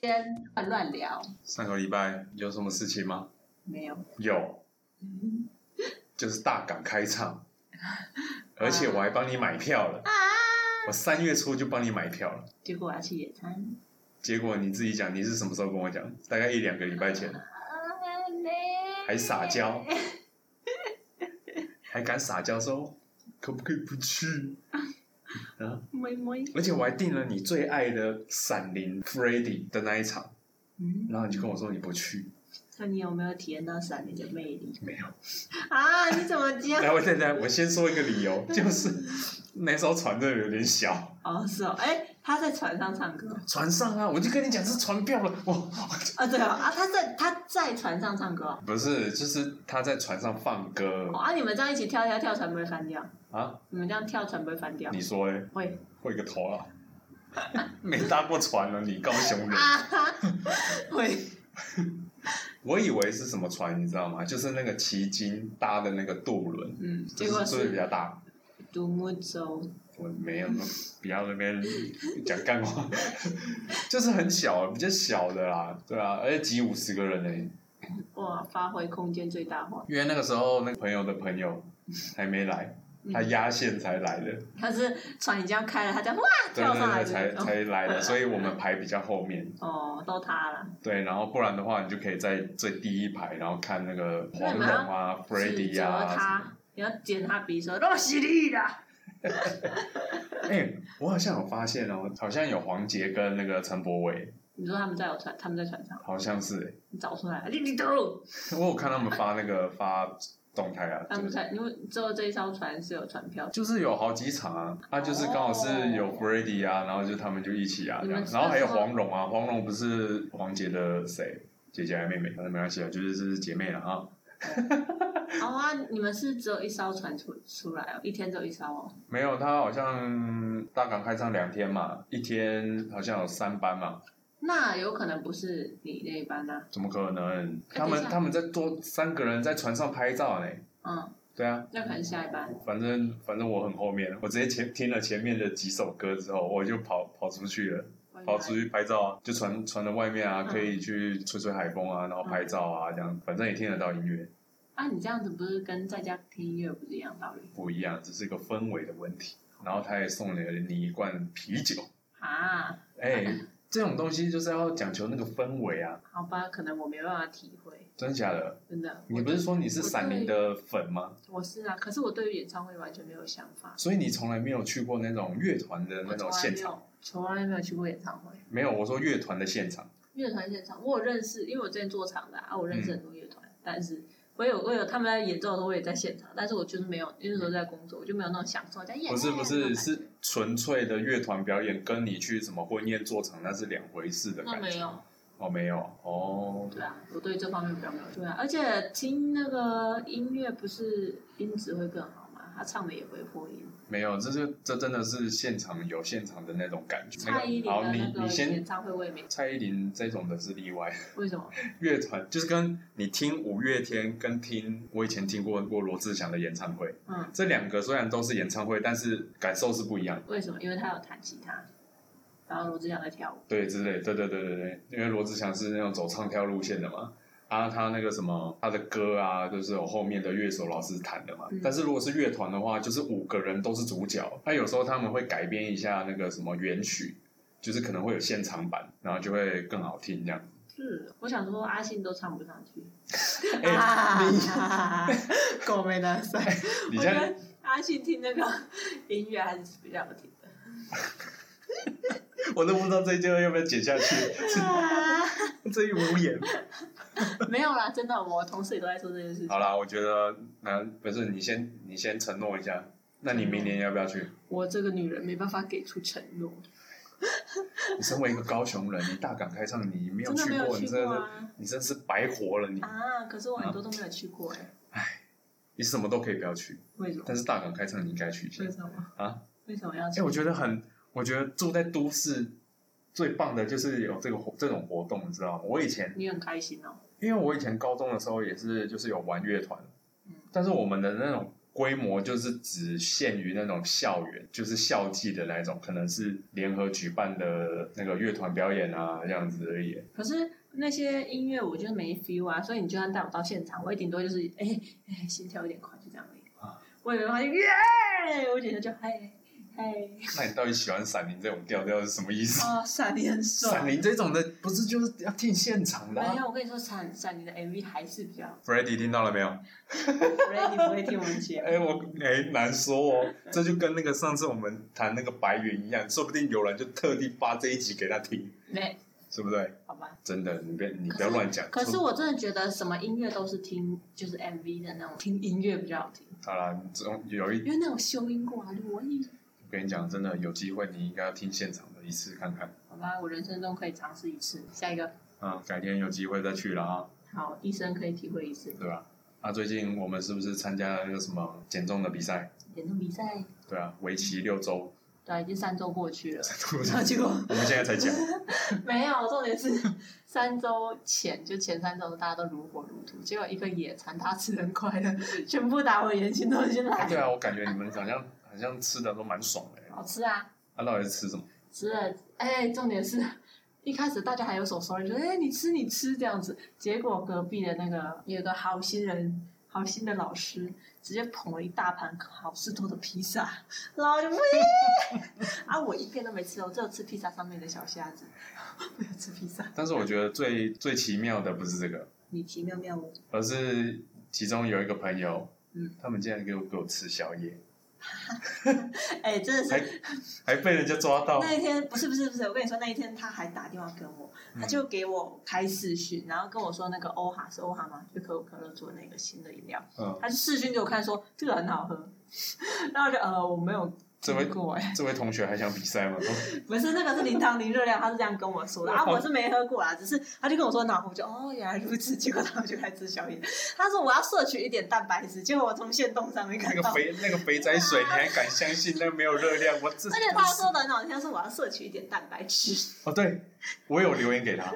天乱乱聊，上个礼拜有什么事情吗？没有。有，就是大港开唱，而且我还帮你买票啊了。我三月初就帮你买票了，结果我要去野餐。结果你自己讲你是什么时候跟我讲？大概一两个礼拜前，啊还撒 娇，还敢撒娇说可不可以不去？ 啊！么么。而且我还订了你最爱的《闪灵》Freddy 的那一场，嗯，然后你就跟我说你不去，那你有没有体验到闪灵的魅力没有。啊？你怎么这样？来，我等等，我先说一个理由，就是那艘船真的有点小， 哦，是哦，哎、他在船上唱歌船上啊，我就跟你讲是船票了，我我啊，对哦，啊，他在他在船上唱歌哦，不是，就是他在船上放歌哦啊，你们这样一起跳跳跳船不会翻掉？啊，你们这样跳船不会翻掉？你说嘞，会会个头啊， 没搭过船了，你高雄人，啊 哈，会我以为是什么船，你知道吗？就是那个旗津搭的那个渡轮，嗯，就结是果所以比是较大。独木舟，我没有，不要那边讲干话， 就是很小，啊比较小的啦，对啊，而且挤五十个人呢、哇，发挥空间最大化。因为那个时候那个朋友的朋友还没来，嗯他压线才来的，他是船已经要开了，他这样哇对跳对上来的嗯对，才那种。才来的，所以我们排比较后面，哦，都塌了，对，然后不然的话，你就可以在最第一排，然后看那个黄蓉啊、指 Brady 责啊，他，你要剪他鼻说都犀利啦。哎、我好像有发现哦，好像有黄杰跟那个陈柏伟，你说他们在有船，他们在船上，好像是、你找出来，立立都。哎 我有看他们发那个发动态啊，他就们是才，因为只有这一艘船是有船票的，就是有好几场啊，他就是刚好是有 Brady 啊，然后就他们就一起啊这样哦你们，然后还有黄蓉啊，黄蓉不是黄杰的谁姐姐还是妹妹，反正没关系啊，就是是姐妹了啊。哦啊，你们是只有一艘船出出来哦，一天只有一艘哦。没有，他好像大港开唱两天嘛，一天好像有三班嘛，那有可能不是你那一班啊呢、怎么可能？哎他等一们下他们在坐三个人在船上拍照呢。嗯，对啊，那可能下一班。反正反正我很后面，我直接前听了前面的几首歌之后，我就跑跑出去了。跑出去拍照啊，就船船的外面啊，嗯可以去吹吹海风啊，然后拍照啊，这样反正也听得到音乐，啊，你这样子不是跟在家听音乐不是一样道理不一样，只是一个氛围的问题。然后他也送了你一罐 啤酒，啊？哎、这种东西就是要讲求那个氛围啊，好吧，可能我没办法体会，真假的？真的。你不是说你是闪灵的粉吗？我是啊，可是我对于演唱会完全没有想法，所以你从来没有去过那种乐团的那种我现从来没场？有，从来没有去过演唱会。没有，我说乐团的现场。乐团现场，我有认识，因为我之前做场的啊，我认识嗯很多乐团，但是我有我有他们在演奏的时候，我也在现场，但是我就是没有，因为那时候在工作，我就没有那种享受在演。不是那不种是，感觉是纯粹的乐团表演，跟你去什么婚宴做场那是两回事的那感觉。没有，哦，没有哦，对啊，我对这方面比较没有。对啊，而且听那个音乐不是音质会更好吗？他唱的也不会破音。没有，这是这真的是现场有现场的那种感觉。蔡依林好，的你那你个演先，唱会我也没，蔡依林这种的是例外，为什么？乐团就是跟你听五月天跟听我以前听过过罗志祥的演唱会，嗯，这两个虽然都是演唱会，但是感受是不一样的。为什么？因为他有弹吉他，然后罗志祥在跳舞。对，之类，对对对对对，因为罗志祥是那种走唱跳路线的嘛，啊，他那个什么，他的歌啊，就是有后面的乐手老师弹的嘛。嗯但是如果是乐团的话，就是五个人都是主角，那有时候他们会改编一下那个什么原曲，就是可能会有现场版，然后就会更好听这样。是，嗯我想说阿信都唱不上去。哎啊， 狗没得塞。你我现觉在得阿信听那个 音乐还是比较好听的。我都不知道这一段要不要剪下去，这一无言。 没有啦，真的，我同事也都在说这件事情。好啦，我觉得，那、不是你先，你先承诺一下，那你明年要不要去？我这个女人没办法给出承诺，你身为一个高雄人，你大港开唱，你没有真的去没有你去真过的是啊。你真是白活了你，啊，可是我很多都没有去过哎、你什么都可以不要去，为什么？但是大港开唱你应该去一下为。什么啊？为什么要哎、去？我觉得很，我觉得住在都市最棒的就是有这个活这种活动，你知道吗？我以前你很开心哦、因为我以前高中的时候也是就是有玩乐团嗯，但是我们的那种规模就是只限于那种校园，就是校际的那种，可能是联合举办的那个乐团表演啊这样子而已。可是那些音乐我就是没 feel 啊，所以你就算带我到现场，我也顶多就是哎哎、心跳有点快，就这样而已。啊我也没办法就耶，我简直就嗨嗨那你到底喜欢闪灵这种调调是什么意思？啊，闪灵很爽。闪灵这种的不是就是要听现场的、没啊、有，我跟你说，闪闪灵的 MV 还是比较？Freddy 听到了没有？ ，Freddy 不会听我们节目。哎、我哎、难说哦，这就跟那个上次我们谈那个白猿一样，说不定有人就特地发这一集给他听，没，是不对？好吧。真的，你别你可不是要乱讲。可是说我真的觉得什么音乐都是听，就是 MV 的那种听音乐比较好听，好啦，这种有一因为那种修音过来的我也我跟你讲，真的有机会你应该要听现场的一次看看好吧，我人生中可以尝试一次。下一个，啊，改天有机会再去了啊，好，一生可以体会一次对吧？啊，最近我们是不是参加了那个什么减重的比赛？减重比赛，对啊，为期 六周，对啊，已经三周过去了， 我啊结果们现在才讲，没有，重点是三周前就前三周大家都如火如荼，结果一个野餐，他吃得很快乐，全部打回原形，都已经啊来 对了，啊，我感觉你们好像好像吃的都蛮爽的、欸，好吃啊，啊，到底是吃什么？吃了，哎，重点是。一开始大家还有手手，就说：“哎、你吃，你吃这样子。”结果隔壁的那个有个好心人，好心的老师，直接捧了一大盘好事多的披萨，然后我就喂 啊，我一片都没吃，我只有吃披萨上面的小虾子， 没有吃披萨。但是我觉得最最奇妙的不是这个，你奇妙妙哦，而是其中有一个朋友，嗯，他们竟然给我给我吃宵夜，哎、真的是还还被人家抓到，那一天不是不是不是，我跟你说那一天他还打电话跟我，嗯他就给我开视讯，然后跟我说那个欧哈是欧哈吗？就可口可乐做的那个新的饮料，嗯，他就视讯给我看说这个很好喝， 然后我就呃我没有这位听过哎、这位同学还想比赛吗？ 不是那个是零糖零热量，他是这样跟我哦说的啊，我是没喝过啦，只是他就跟我说脑我就哦原来如此，结果他们就开始吃宵夜，他说我要摄取一点蛋白质，结果我从线动上面那看 个到。肥那个肥仔水，你还敢相信那没有热量？我这而且他说的很好听，他说我要摄取一点蛋白质，哦，对我有留言给他，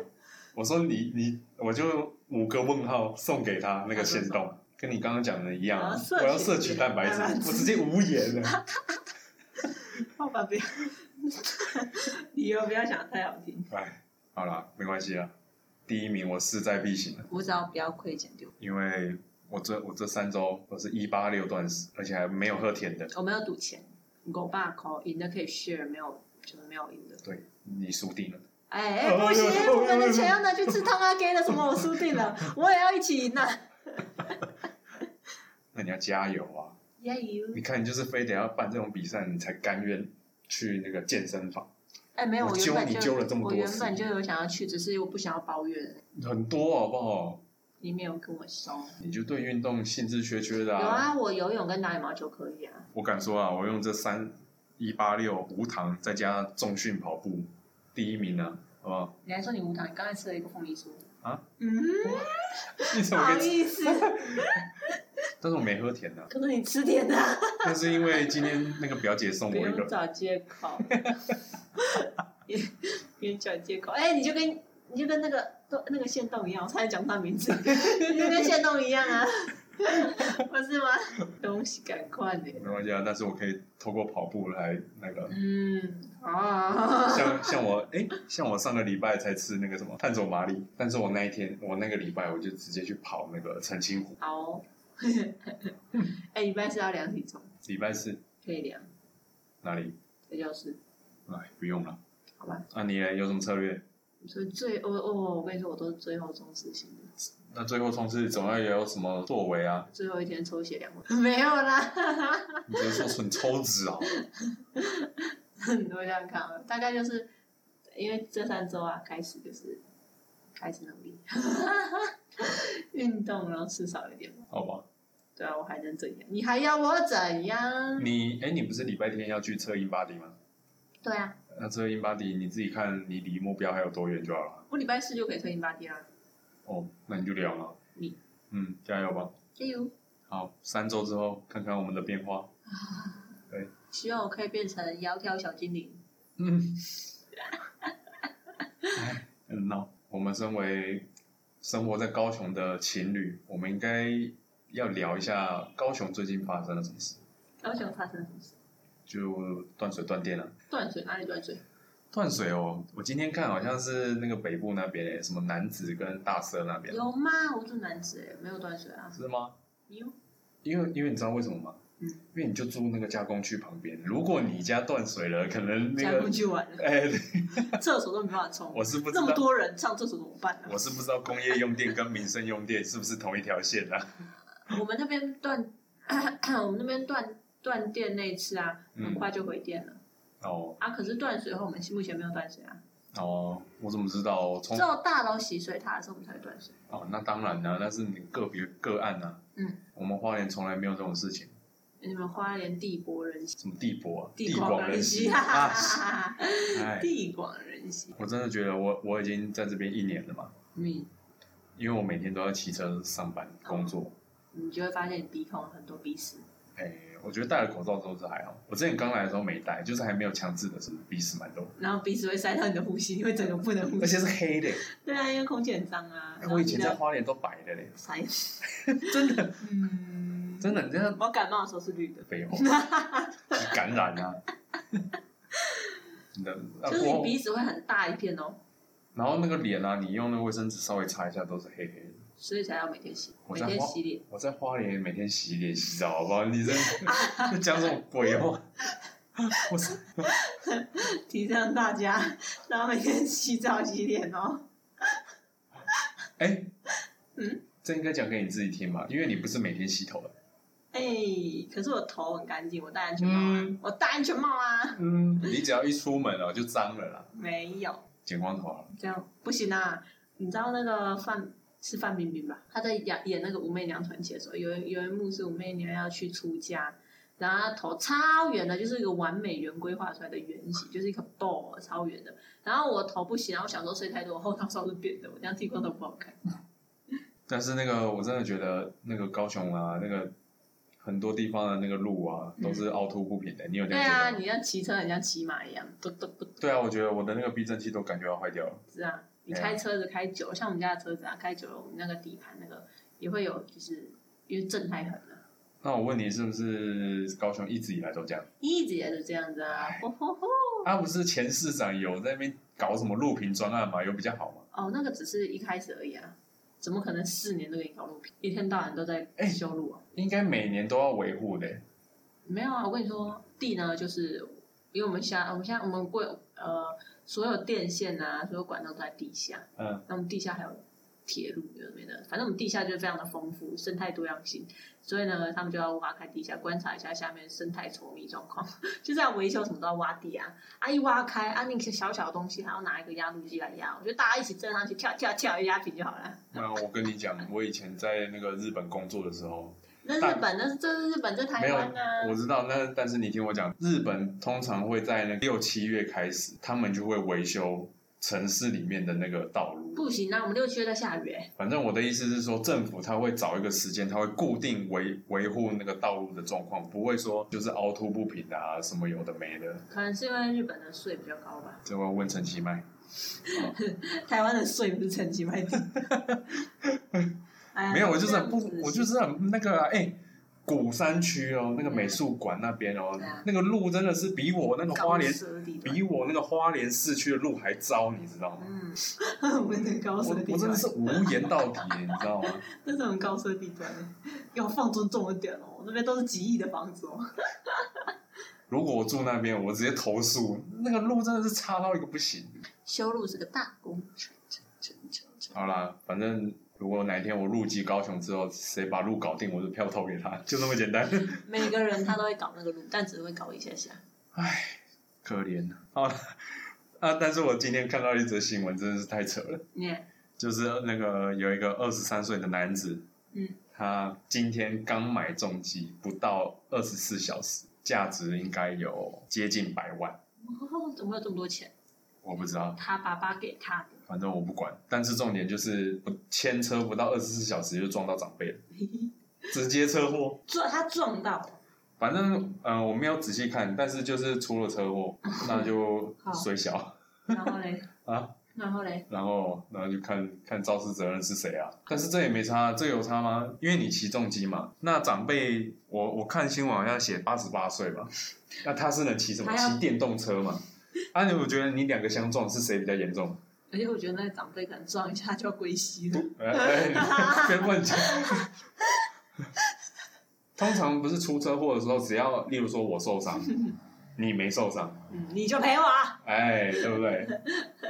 我说你你我就五个问号送给他那个线动，跟你刚刚讲的一样啊，我我要要摄摄取取蛋白质，蛋白质我直接无言了。好吧，不要， 理由不要想得太好听，哎，好啦，没关系啦，啊第一名我势在必行。啊我只要不要亏钱就。因为我这我这三周我是一八六断食，而且还没有喝甜的。我没有赌钱，狗爸 call 赢的可以 share，没有就是没有赢的。对你输定了，哎哎，不行，我们的钱要拿去吃汤阿给的什么，我输定 了，我也要一起赢呐、啊。那你要加油啊！耶呦！你看，你就是非得要办这种比赛，你才甘愿去那个健身房。哎，没有，我原揪本你就揪了这么我多原次，本就有想要去，只是我不想要抱怨，很多好不好？你没有跟我收。你就对运动兴致缺缺的、有啊，我游泳跟打羽毛球可以啊。我敢说啊，我用这三一八六无糖再加重训跑步，第一名啊，好不好？ 你还说你无糖，你刚才吃了一个凤梨酥啊？嗯，你怎不么好可以吃？意思， 但是我没喝甜的、可是你吃甜的啊、那是因为今天那个表姐送不我一用个，找借口，不用找借口。哎、你就跟你就跟那个都那个线动一样，我差点讲他名字， 你就跟线动一样啊， 不是吗？东西赶快的，没关系啊，但是我可以透过跑步来那个嗯，啊，像像我哎、像我上个礼拜才吃那个什么碳索麻利，但是我那一天我那个礼拜我就直接去跑那个澄清湖，好、 哦，哎、礼拜四要量体重，礼拜四可以量，哪里？这就是哎，不用了。好吧。那、你嘞有什么策略？所以最我哦我我跟你说，我都是最后重视型的，那最后冲刺总要有什么作为啊？最后一天抽血量，没有啦。你只是说纯抽脂哦， 很多这样看啊，大概就是因为这三周啊，开始就是开始努力 运动，然后吃少一点嘛。好吧？对啊，我还能怎样？你还要我怎样？你哎、你不是礼拜天要去测英巴迪吗？对啊，那测英巴迪你自己看你离目标还有多远就好了。我礼拜四就可以推英巴迪啦。哦，那你就聊了。你嗯，加油吧。加油！好，三周之后看看我们的变化。希望我可以变成窈窕小精灵。嗯， 哎很闹。我们身为生活在高雄的情侣，我们应该要聊一下高雄最近发生了什么事，高雄发生了什么事？就断水断电了、断水哪里断水？断水哦，我今天看好像是那个北部那边欸耶，什么南子跟大社那边，有吗？我住南子哎，没有断水啊。是吗？有因为因为你知道为什么吗？嗯因为你就住那个加工区旁边，如果你家断水了，可能那加工个去玩了， 哎、对厕所都没办法冲，我是不知那么道，多人上厕所怎么办啊呢、我是不知道工业用电跟民生用电是不是同一条线啊？ 我们那边断， 我们那边断断电那一次啊，嗯很快就回电了、哦啊。可是断水后，我们目前没有断水啊，哦，我怎么知道？我从只有大楼洗水塔的时候我们才会断水。哦，那当然啦、那是你个别个案呐、啊。嗯，我们花莲从来没有这种事情，你们花莲地薄人稀，什么地博、啊、地广人稀，哈哈 啊！哈哈哈哎，地广人稀。我真的觉得我我已经在这边一年了嘛，你因为我每天都要骑车上班哦工作。你就会发现你鼻孔有很多鼻屎，哎，我觉得戴了口罩之后是还好。我之前刚来的时候没戴，就是还没有强制的时候，鼻屎蛮多，然后鼻屎会塞到你的呼吸，你会整个不能呼而 吸。且是黑的。对啊，因为空气很脏啊。哎然后我以你前的在花莲都白的嘞， 塞， 真的嗯，真的，你这样我感冒的时候是绿的， 废话，你感染啊！ 你的啊就是不你过鼻子会很大一片哦，然后那个脸啊，你用那个卫生纸稍微擦一下都是黑黑的。所以才要每天洗，我每在天花洗脸。我在花莲每天洗脸洗澡，好不好？你这这讲什么鬼话？我是 提倡大家，然后每天洗澡洗脸哦。哎、嗯，这应该讲给你自己听吧，因为你不是每天洗头的。哎、可是我头很干净，我戴安全帽啊，我戴安全帽啊，嗯，你只要一出门哦就脏了啦，没有，剪光头了。这样不行啊。你知道那个范是范冰冰吧？她在演演那个《武媚娘传奇》的时候，有一有一幕是武媚娘要去出家，然后她头超圆的，就是一个完美圆规划出来的圆形，就是一个 ball 超圆的。然后我头不行，然后我小时候睡太多，我后脑勺是扁的，我这样剃光头不好看。但是那个我真的觉得那个高雄啊，那个很多地方的那个路啊都是凹凸不平的，你有这嗯对样觉啊，得吗？你像骑车很像骑马一样，嘟嘟嘟对啊，我觉得我的那个避震器都感觉要坏掉了。是啊，你对啊开车子开久了，像我们家的车子啊，开久了，我们那个底盘那个也会有，就是因为震太狠了，那我问你，是不是高雄一直以来都这样？一直也是这样子啊，吼吼吼！他、不是前市长有在那边搞什么录屏专案嘛，有比较好吗？哦，那个只是一开始而已啊，怎么可能四年都给你搞路平，一天到晚都在哎修路啊？应该每年都要维护的。欸没有啊，我跟你说，地呢，就是因为我们现在我们现在我们贵呃所有电线啊，所有管道都在地下，嗯，那我们地下还有铁路有的没的，反正我们地下就是非常的丰富，生态多样性，所以呢，他们就要挖开地下，观察一下下面生态稠密状况， 就是要维修什么都要挖地啊，啊一挖开啊，那些小小的东西还要拿一个压路机来压，我觉得大家一起站上去跳跳跳一压平就好了。那我跟你讲，我以前在那个日本工作的时候，那日本那是这是日本这是台湾啊，我知道，那但是你听我讲，日本通常会在那六七月开始，他们就会维修城市里面的那个道路。不行啊，我们六七月在下雨、欸，反正我的意思是说，政府他会找一个时间，他会固定维维护那个道路的状况，不会说就是凹凸不平的啊，什么有的没的。可能是因为日本的税比较高吧，这我要问陈其迈。台湾的税不是成绩卖地。哎呀没有，我就是很这不样子，我就是很那个啊哎、古山区哦，那个美术馆那边哦，对啊那个路真的是比我那个花高莲，奢地段，比我那个花莲市区的路还糟，你知道吗？嗯， 我们的高我奢地我真段，的是无言到底，你知道吗？那是很高奢地段，要放尊重一点哦，那边都是几亿的房子哦。如果我住那边，我直接投诉，那个路真的是差到一个不行。修路是个大工程，程程程程好啦，反正如果哪一天我入籍高雄之后，谁把路搞定，我就票投给他，就这么简单。每个人他都会搞那个路，但只会搞一 下下。可怜啊！好啦啊，但是我今天看到一则新闻，真的是太扯了。你看就是那个有一个二十三岁的男子，嗯，他今天刚买重机，不到二十四小时，价值应该有接近百万，哦，怎么有这么多钱？我不知道，他爸爸给他的，反正我不管。但是重点就是不牵车不到二十四小时就撞到长辈了，直接车祸。撞他撞到了，反正呃我没 有仔细看，但是就是出了车祸，那就好虽小然后嘞， 啊，然后嘞，然后然后就看看肇事责任是谁啊。但是这也没差，这有差吗？因为你起重机嘛，那长辈我我看新闻好像写八十八 岁吧，那他是能骑什么？还要骑电动车嘛？啊，你我觉得你两个相撞是谁比较严 重？而且我觉得那个长辈可能撞一下就要归西了。哎哎，你别乱讲。 通常不是出车祸的时候，只要例如说我受伤，你没受伤，嗯，你就陪我啊。哎，对不对？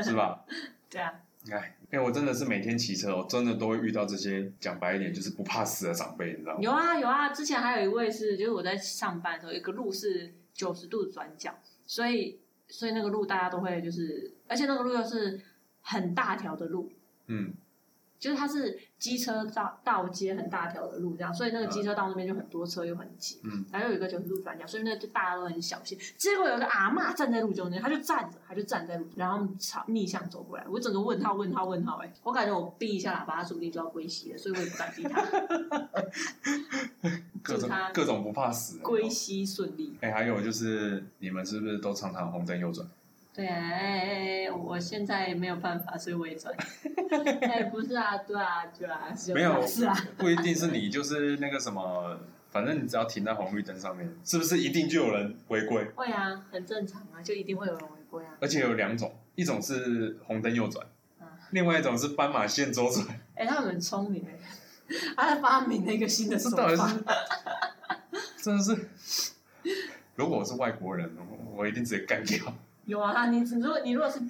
是吧？对啊，哎，哎、我真的是每天骑车，我真的都会遇到这些讲白一点，就是不怕死的长辈，你知道吗？有啊有啊。之前还有一位是，就是我在上班的时候，有一个路是九十度转角，所以所以那个路大家都会就是，而且那个路又是很大条的路，嗯，就是它是机车道道街很大条的路这样，所以那个机车道那边就很多车又很挤，嗯，然后有一个九十度转角，所以那就大家都很小心。结果有个阿嬷站在路中间，她就站着，她就站在路，然后朝逆向走过来，我整个问号问号问号、哎，我感觉我逼一下喇叭，她说不定就要归西了，所以我也不敢逼 她。各祝种他各种不怕死。归西顺利。哎、还有就是，你们是不是都常常红灯右转？对啊，哎哎哎我现在没有办法，所以我也 转。哎，不是啊，对啊，对啊，是没有是啊，不一定是你，就是那个什么，反正你只要停在红绿灯上面，是不是一定就有人违规？会啊，很正常啊，就一定会有人违规啊。而且有两种，一种是红灯右转嗯，另外一种是斑马线左转。哎、他们很聪明哎、他发明了一个新的这手到底法。是， 真的是， 如果我是外国人，我我一定直接干掉。有啊，你你如果你如果是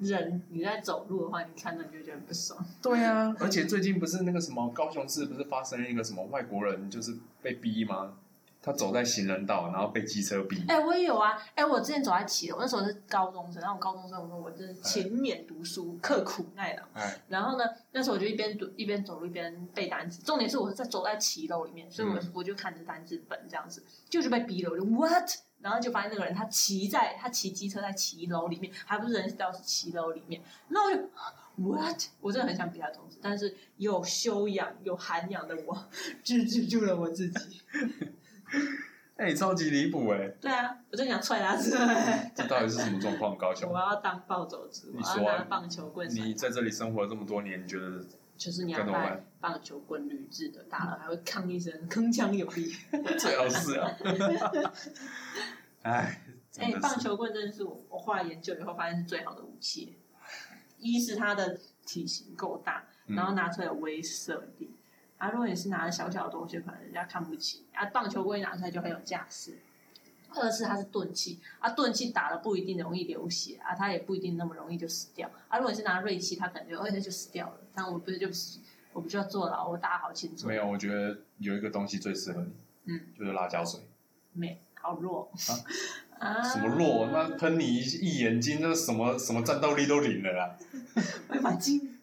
人，你在走路的话，你看到你就觉得很不爽。对啊，而且最近不是那个什么高雄市不是发生了一个什么外国人就是被逼吗？他走在行人道，然后被机车逼。哎、我也有啊，哎、我之前走在骑楼，我那时候是高中生，然后我高中生我说我真是勤勉读书，刻苦耐劳。哎， 然后呢，那时候我就一边读一边走路一边背单词，重点是我是在走在骑楼里面，所以我、嗯我就看着单词本这样子，就是被逼了，我就 what，然后就发现那个人他骑在他骑机车在骑楼里面，还不是人行道是骑楼里面，然后我就 what，我真的很想比他同事，但是有修养有涵养的我制止住了我自己。 哎、超级离谱哎！对啊，我真想踹他是这到底是什么状况？高雄我，要当暴走族，你我说啊要拿棒球棍甩他，你在这里生活这么多年，你觉得就是你该要怎么把办？棒球棍铝制的，打了还会吭一声，铿锵有力。最好是 啊。哎，哎、真的棒是。球棍真的是我我后来研究以后发现是最好的武器。一是它的体型够大，嗯然后拿出来有威慑力。啊，如果你是拿着小小的东西，可能人家看不起。啊，棒球棍一拿出来就很有架势。二是它是钝器，啊，钝器打了不一定容易流血，啊，它也不一定那么容易就死掉。啊，如果你是拿锐器，它可能就哎、就死掉了。但我不是就死，我不就要坐牢，我打好清楚没。有，我觉得有一个东西最适合你，嗯，就是辣椒水。没，好弱啊！什么弱？那喷你一一眼睛，那什么什么战斗力都零了啦， 会把金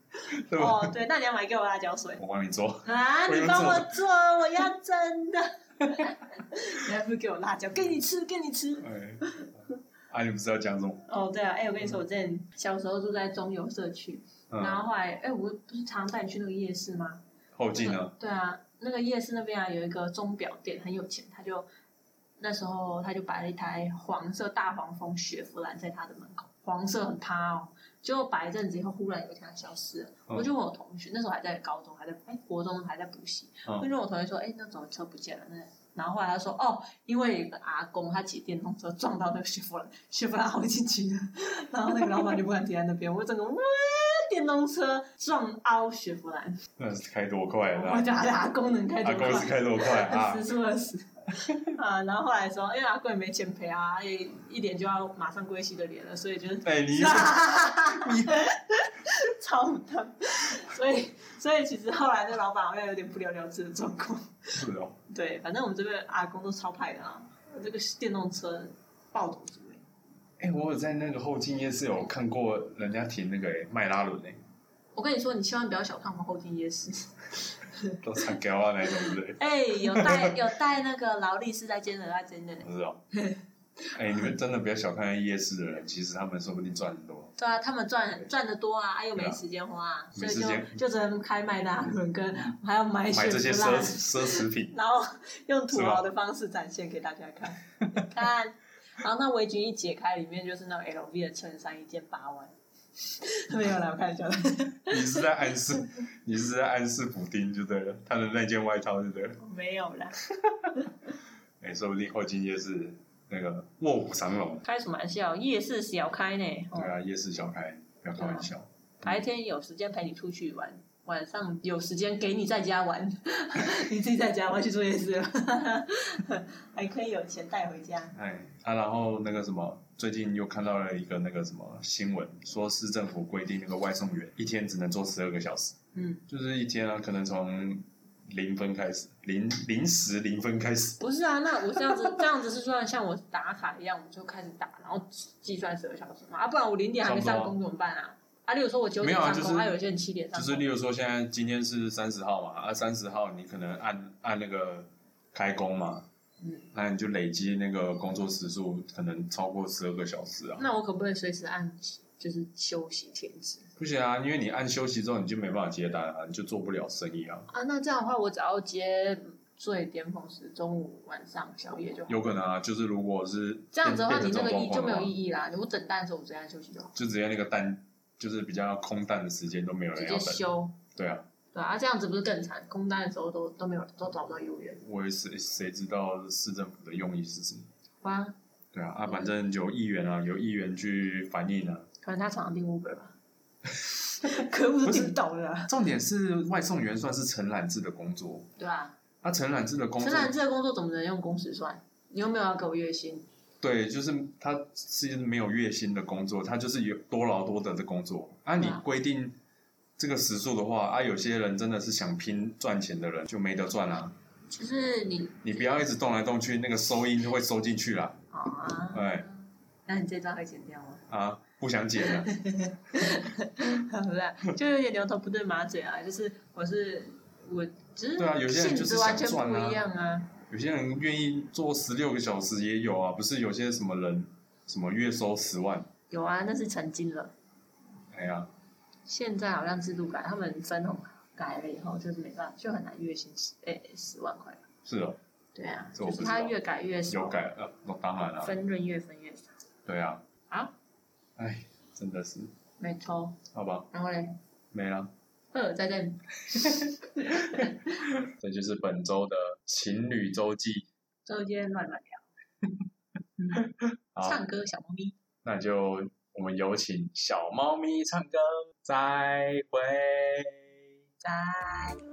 对吧？ 哦，对，那你要买给我辣椒水我帮你做。啊！我用你帮我做，我要真的。 你还不如给我辣椒，给你吃，给你吃。哎，啊，你不是要讲什么？哦，对啊，哎、我跟你说，我之前小时候住在中游社区，然嗯，后后来，哎、我不是常带你去那个夜市吗？后劲呢？对啊，那个夜市那边啊有一个钟表店，很有钱，他就那时候他就摆了一台黄色大黄蜂雪佛兰在他的门口，黄色很趴哦。结果摆一阵子以后，忽然有一天它消失了。嗯我就问我同学，那时候还在高中，还在哎国中还在补习，嗯我就问我同学说，哎，那怎么车不见了？那然后后来他说，哦，因为有一个阿公他骑电动车撞到那个雪佛兰，雪佛兰好进去了， 然后那个老板就不敢停在那边，我整个哇，电动车撞凹雪佛兰。那是开多快嗯我啦！觉得阿公能开阿多公是快，开多快啊十！出二十啊。然后后来说，因为阿公也没钱赔啊，一一脸就要马上归西的脸了，所以就是啊哎，你 超疼。所以所以其实后来那老板好像有点不了了之的状况。是哦，对，反正我们这边阿公都超派的啊，这个电动车暴走族欸哎，我有在那个后劲夜市有看过人家停那个哎迈拉伦哎，我跟你说，你千万不要小看我们后天夜市。都惨高啊那种之类，哎、有带有带那个劳力士在兼人，在兼人。不是哦。哎，你们真的不要小看夜市的人，其实他们说不定赚很多。对啊，他们赚赚的多啊，啊又没时间花、啊，所没以时间嗯就就只能开麦拉伦跟还要买买雪这些佛奢兰，侈奢侈品， 然后用土是吧豪的方式展现给大家 看，看。然后那围裙一解开，里面就是那种 LV 的衬衫，一件八万， 没有啦，我开玩笑的。 你是在暗示，你是在暗示补丁就对了，他的那件外套就对了。 没有啦，哎、说不定后进夜市那个卧虎藏龙，开什么玩笑？夜市小开呢，对哦，啊，夜市小开，不要开玩笑。白天有时间陪你出去玩，晚上有时间给你在家玩， 你自己在家玩去做夜市了， 还可以有钱带回家。哎啊，然后那个什么，最近又看到了一个那个什么新闻，说市政府规定那个外送员一天只能做十二个小时，嗯，就是一天啊，可能从零分开始，零零时零分开始。不是啊，那我这样子这样子是算像我打卡一样，我就开始打，然后计算十二小时嘛，啊，不然我零点还没上工怎么办啊？啊，例如说我九点没有啊上就是工，还有些人七点上就工，是例如说，现在今天是三十号嘛，啊，三十号你可能按按那个开工嘛，嗯，那你就累积那个工作时数，可能超过十二个小时啊。那我可不可以随时按就是休息停止？不行啊，因为你按休息之后，你就没办法接单啊，你就做不了生意啊。啊，那这样的话，我只要接最巅峰时中午、晚上、宵夜就好。有可能啊，就是如果是这样子的话，变你变那成个这种意就状没况的有话意义啦。我等待的时候，我直接按休息就好，就直接那个单就是比较空淡的时间都没有直人要接等。休。对啊，对啊，这样子不是更惨？空单的时候都都没有，都找不到业务员。我也谁谁知道市政府的用意是什么？哇，对啊，啊，嗯反正有议员啊，有议员去反映啊，可能他常常订 Uber 吧。可恶，不是订到了啊，重点是外送员算是承揽制的工作，对啊吧？他、承揽制的工承作，揽这个工作怎么能用工时算？你又没有要给我月薪，对，就是他是没有月薪的工作，他就是有多劳多得的工作。啊，你对啊规定这个时数的话，啊，有些人真的是想拼赚钱的人就没得赚啊。就是你你不要一直动来动去，那个收音就会收进去啦。好啊。哎那你这张会剪掉吗？ 啊，不想剪了。不是，就有点牛头不对马嘴啊。就是我是我，只是对啊有些人性就是质完全想赚不啊一样啊。有些人愿意做十六个小时也有啊，不是有些什么人什么月收十万，有啊，那是曾经了，哎呀，现在好像制度改，他们分红改了以后，就是没办法，就很难月薪十诶十万块。是哦，对啊，这我就是不知道他越改越有少，改啊了，那、当然了、分润越分越少对啊，啊，哎，真的是，没错。好吧，然后嘞，没了。呃，再见。这就是本周的情侣周记。周间乱乱聊，好，唱歌小猫咪，那就我们有请小猫咪唱歌，再会。再会。